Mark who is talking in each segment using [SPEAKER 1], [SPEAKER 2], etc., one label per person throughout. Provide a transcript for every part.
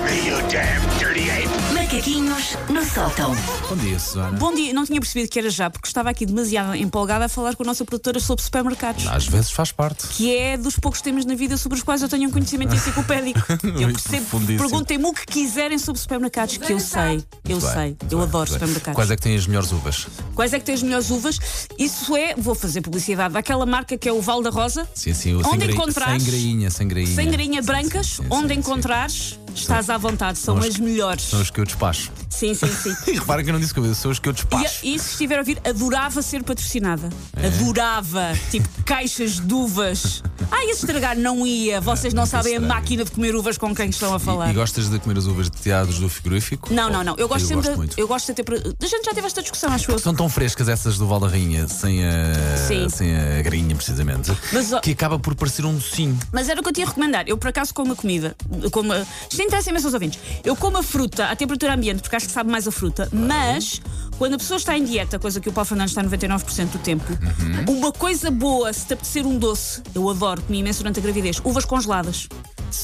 [SPEAKER 1] Damn dirty ape!
[SPEAKER 2] Macaquinhos no sótão.
[SPEAKER 3] Bom dia, Susana.
[SPEAKER 4] Bom dia, não tinha percebido que era já, porque estava aqui demasiado empolgada a falar com a nossa produtora sobre supermercados.
[SPEAKER 3] Às vezes faz parte.
[SPEAKER 4] Que é dos poucos temas na vida sobre os quais eu tenho um conhecimento enciclopédico. Eu
[SPEAKER 3] Muito
[SPEAKER 4] percebo,
[SPEAKER 3] profundíssimo.
[SPEAKER 4] perguntem-me o que quiserem sobre supermercados, que eu sei, eu
[SPEAKER 3] Muito bem,
[SPEAKER 4] sei,
[SPEAKER 3] muito bem,
[SPEAKER 4] eu adoro
[SPEAKER 3] muito bem.
[SPEAKER 4] supermercados.
[SPEAKER 3] Quais é que têm as melhores uvas?
[SPEAKER 4] Quais é que têm as melhores uvas? Isso é, vou fazer publicidade, daquela marca que é o Val da Rosa.
[SPEAKER 3] Sim, sim, o sem,
[SPEAKER 4] Onde
[SPEAKER 3] gra-
[SPEAKER 4] encontrares-
[SPEAKER 3] sem grainha, sem grainha.
[SPEAKER 4] Sem grainha
[SPEAKER 3] Sim,
[SPEAKER 4] brancas,
[SPEAKER 3] sim, sim,
[SPEAKER 4] onde
[SPEAKER 3] sim, sim.
[SPEAKER 4] encontrares, estás à vontade, são
[SPEAKER 3] São os-
[SPEAKER 4] as melhores.
[SPEAKER 3] São os que eu despacho.
[SPEAKER 4] Sim, sim, sim.
[SPEAKER 3] E repara que eu não disse que eu disse, são os que eu
[SPEAKER 4] E-
[SPEAKER 3] despacho.
[SPEAKER 4] E, se estiver a ouvir, adorava ser patrocinada.
[SPEAKER 3] É?
[SPEAKER 4] Adorava. Tipo, caixas de uvas. Ah, ia estragar, não ia. Vocês não
[SPEAKER 3] nunca
[SPEAKER 4] sabem
[SPEAKER 3] estraga.
[SPEAKER 4] a máquina de comer uvas com quem estão a falar.
[SPEAKER 3] E, e gostas de comer as uvas de teados do frigorífico?
[SPEAKER 4] Não, não, não. Eu gosto sempre. de-
[SPEAKER 3] muito.
[SPEAKER 4] eu gosto de ter. pre- A gente já teve esta discussão, acho eu.
[SPEAKER 3] São tão frescas essas do Val da Rainha, sem a,
[SPEAKER 4] Sim.
[SPEAKER 3] sem a grainha, precisamente,
[SPEAKER 4] Mas, ó-
[SPEAKER 3] que acaba por parecer um docinho.
[SPEAKER 4] Mas era o que eu tinha a recomendar. Eu, por acaso, como a comida. Como a... Isto interessa imenso aos ouvintes. Eu como a fruta à temperatura ambiente, porque acho que sabe mais a fruta. Mas, quando a pessoa está em dieta, coisa que o Paulo Fernandes está 99% do tempo,
[SPEAKER 3] Uhum.
[SPEAKER 4] uma coisa boa, se te apetecer um doce, eu adoro, comi imenso durante a gravidez, uvas congeladas.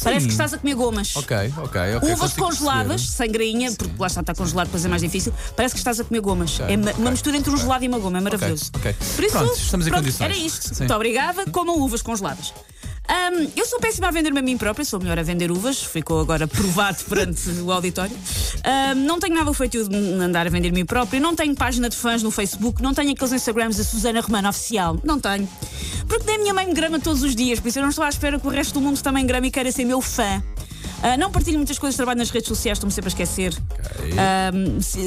[SPEAKER 4] Parece que estás a comer gomas.
[SPEAKER 3] Ok, ok, ok.
[SPEAKER 4] Uvas
[SPEAKER 3] consigo
[SPEAKER 4] congeladas,
[SPEAKER 3] perceber.
[SPEAKER 4] sem grainha, porque lá está, está congelado, depois é mais difícil. Parece que estás a comer gomas.
[SPEAKER 3] Ok,
[SPEAKER 4] é uma,
[SPEAKER 3] ok,
[SPEAKER 4] uma mistura entre um
[SPEAKER 3] ok.
[SPEAKER 4] gelado e uma goma, é maravilhoso.
[SPEAKER 3] ok.
[SPEAKER 4] Por isso,
[SPEAKER 3] Pronto, estamos em condições.
[SPEAKER 4] Era isto.
[SPEAKER 3] Sim.
[SPEAKER 4] Muito obrigada. Comam uvas congeladas. Ahm, eu sou péssima a vender-me a mim própria, sou melhor a vender uvas, ficou agora provado perante o auditório. Ahm, não tenho nada feito de andar a vender-me própria, não tenho página de fãs no Facebook, não tenho aqueles Instagrams da Susana Romana oficial, não tenho. Porque nem a minha mãe me grama todos os dias, por isso eu não estou à espera que o resto do mundo também grame e queira ser meu fã. Ah, não partilho muitas coisas, trabalho nas redes sociais, estou-me sempre a esquecer. Ah, Ahm, se-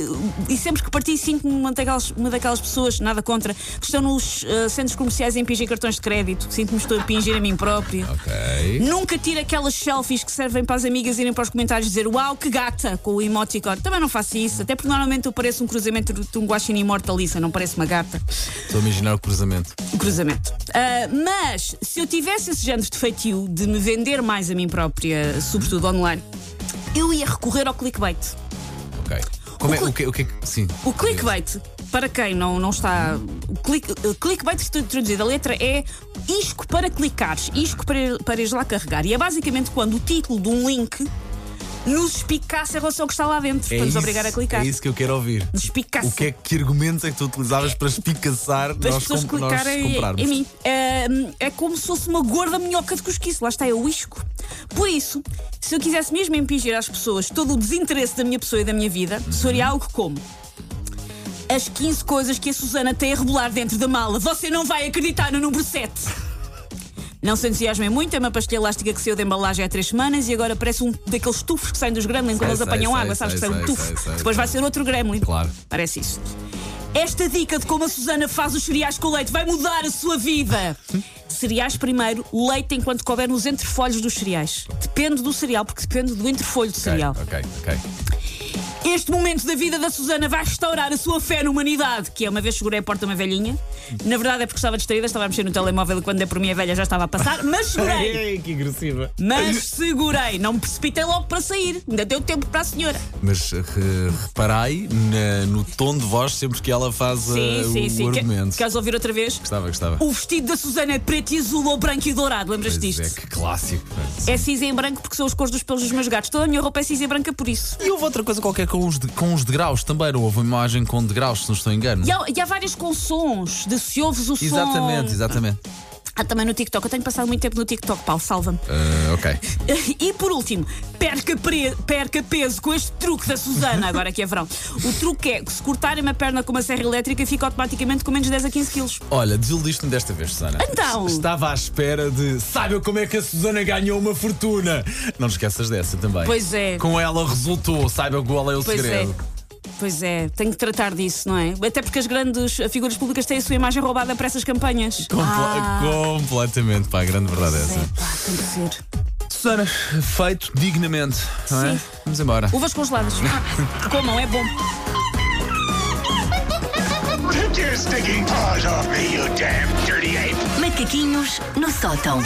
[SPEAKER 4] e sempre que partilho, sinto-me uma daquelas, uma daquelas pessoas, nada contra, que estão nos ah, centros comerciais a impingir cartões de crédito, que sinto-me estou a impingir a mim própria.
[SPEAKER 3] Ok.
[SPEAKER 4] Nunca tiro aquelas selfies que servem para as amigas irem para os comentários dizer uau, que gata, com o emoticon. Também não faço isso, até porque normalmente eu pareço um cruzamento de um guaxinim e mortaliça, não parece uma gata
[SPEAKER 3] Estou a imaginar o cruzamento.
[SPEAKER 4] o cruzamento. Ah, mas se eu tivesse esse género de feitio de me vender mais a mim própria, sobretudo online, eu ia recorrer ao clickbait.
[SPEAKER 3] Ok. Como
[SPEAKER 4] O
[SPEAKER 3] é,
[SPEAKER 4] cli-
[SPEAKER 3] o que, o que, é que- sim.
[SPEAKER 4] O clickbait, para quem não, não está. o click- o clickbait tra- traduzido, a letra é isco para clicares, isco para, para ires lá carregar. E é basicamente quando o título de um link nos espicasse em relação ao que está lá dentro,
[SPEAKER 3] É
[SPEAKER 4] para nos
[SPEAKER 3] isso-
[SPEAKER 4] obrigar a clicar.
[SPEAKER 3] É isso que eu quero ouvir.
[SPEAKER 4] Nos espicasse.
[SPEAKER 3] O que é que que argumentos é que tu utilizavas para espicaçar
[SPEAKER 4] para as
[SPEAKER 3] nós,
[SPEAKER 4] pessoas
[SPEAKER 3] com- nós
[SPEAKER 4] clicarem
[SPEAKER 3] comprarmos?
[SPEAKER 4] em mim. Ah, é como se fosse uma gorda minhoca de cosquice. Lá está, é o isco. Por isso, se eu quisesse mesmo impingir às pessoas todo o desinteresse da minha pessoa e da minha vida,
[SPEAKER 3] Uhum.
[SPEAKER 4] seria algo como. As 15 coisas que a Susana tem a rebolar dentro da mala. Você não vai acreditar no número 7. Não se entusiasmem muito, é uma pastilha elástica que saiu da embalagem há três semanas e agora parece um daqueles tufos que saem dos gremlins quando eles
[SPEAKER 3] sei,
[SPEAKER 4] apanham
[SPEAKER 3] sei,
[SPEAKER 4] água, sabes
[SPEAKER 3] sei,
[SPEAKER 4] que sai um
[SPEAKER 3] sei,
[SPEAKER 4] tufo.
[SPEAKER 3] sei, sei,
[SPEAKER 4] Depois vai
[SPEAKER 3] sei.
[SPEAKER 4] ser outro gremlin.
[SPEAKER 3] Claro.
[SPEAKER 4] Parece isso. Esta dica de como a Susana faz os cereais com leite vai mudar a sua vida. Cereais primeiro, leite enquanto couber nos entrefolhos dos cereais. Depende do cereal, porque depende do entrefolho do cereal.
[SPEAKER 3] Ok, ok.
[SPEAKER 4] Este momento da vida da Susana vai restaurar a sua fé na humanidade, que é uma vez segurei a porta a uma velhinha. Na verdade é porque estava distraída, estava a mexer no telemóvel e quando der por mim a velha já estava a passar, mas segurei.
[SPEAKER 3] que agressiva.
[SPEAKER 4] Mas segurei, não me precipitei logo para sair, ainda deu tempo para a senhora.
[SPEAKER 3] Mas eh, re- reparai na- no tom de voz sempre que ela faz eh, o
[SPEAKER 4] Quer-
[SPEAKER 3] argumento.
[SPEAKER 4] Queres ouvir outra vez?
[SPEAKER 3] Gostava, gostava.
[SPEAKER 4] O vestido da Susana é preto e azul ou branco e dourado, lembras
[SPEAKER 3] Pois
[SPEAKER 4] disto?
[SPEAKER 3] é, que clássico.
[SPEAKER 4] É cinza em branco porque são os cores dos pelos dos meus gatos. Toda a minha roupa é cinza e branca por isso.
[SPEAKER 3] E houve outra coisa qualquer com os, de, com os degraus também. Não houve uma imagem com degraus, se não estou em engano.
[SPEAKER 4] E há, e há várias com sons, de se ouves o
[SPEAKER 3] Exatamente,
[SPEAKER 4] som.
[SPEAKER 3] exatamente.
[SPEAKER 4] Ah, também no TikTok. Eu tenho passado muito tempo no TikTok, Paulo, salva-me.
[SPEAKER 3] Ah, ok.
[SPEAKER 4] E por último, perca, pre- perca peso com este truque da Susana, agora que é verão. O truque é que se cortarem uma perna com uma serra elétrica, fica automaticamente com menos 10 a 15 quilos.
[SPEAKER 3] Olha, desiludiste-me desta vez, Susana.
[SPEAKER 4] Então?
[SPEAKER 3] Estava à espera de. Saiba como é que a Susana ganhou uma fortuna! Não te esqueças dessa também.
[SPEAKER 4] Pois é.
[SPEAKER 3] Com ela resultou, saiba qual é o
[SPEAKER 4] Pois
[SPEAKER 3] segredo.
[SPEAKER 4] é. Pois é, tenho que tratar disso, não é? Até porque as grandes figuras públicas têm a sua imagem roubada para essas campanhas.
[SPEAKER 3] Comple-
[SPEAKER 4] Ah,
[SPEAKER 3] Completamente, pá, a grande verdade é
[SPEAKER 4] pois é,
[SPEAKER 3] essa.
[SPEAKER 4] pá, tem que ser.
[SPEAKER 3] Susana, feito dignamente, não é?
[SPEAKER 4] Sim.
[SPEAKER 3] Vamos embora.
[SPEAKER 4] Uvas congeladas. Comam, é bom.
[SPEAKER 1] Take your stinking paws off me, you damn dirty ape!
[SPEAKER 2] Macaquinhos no sótão.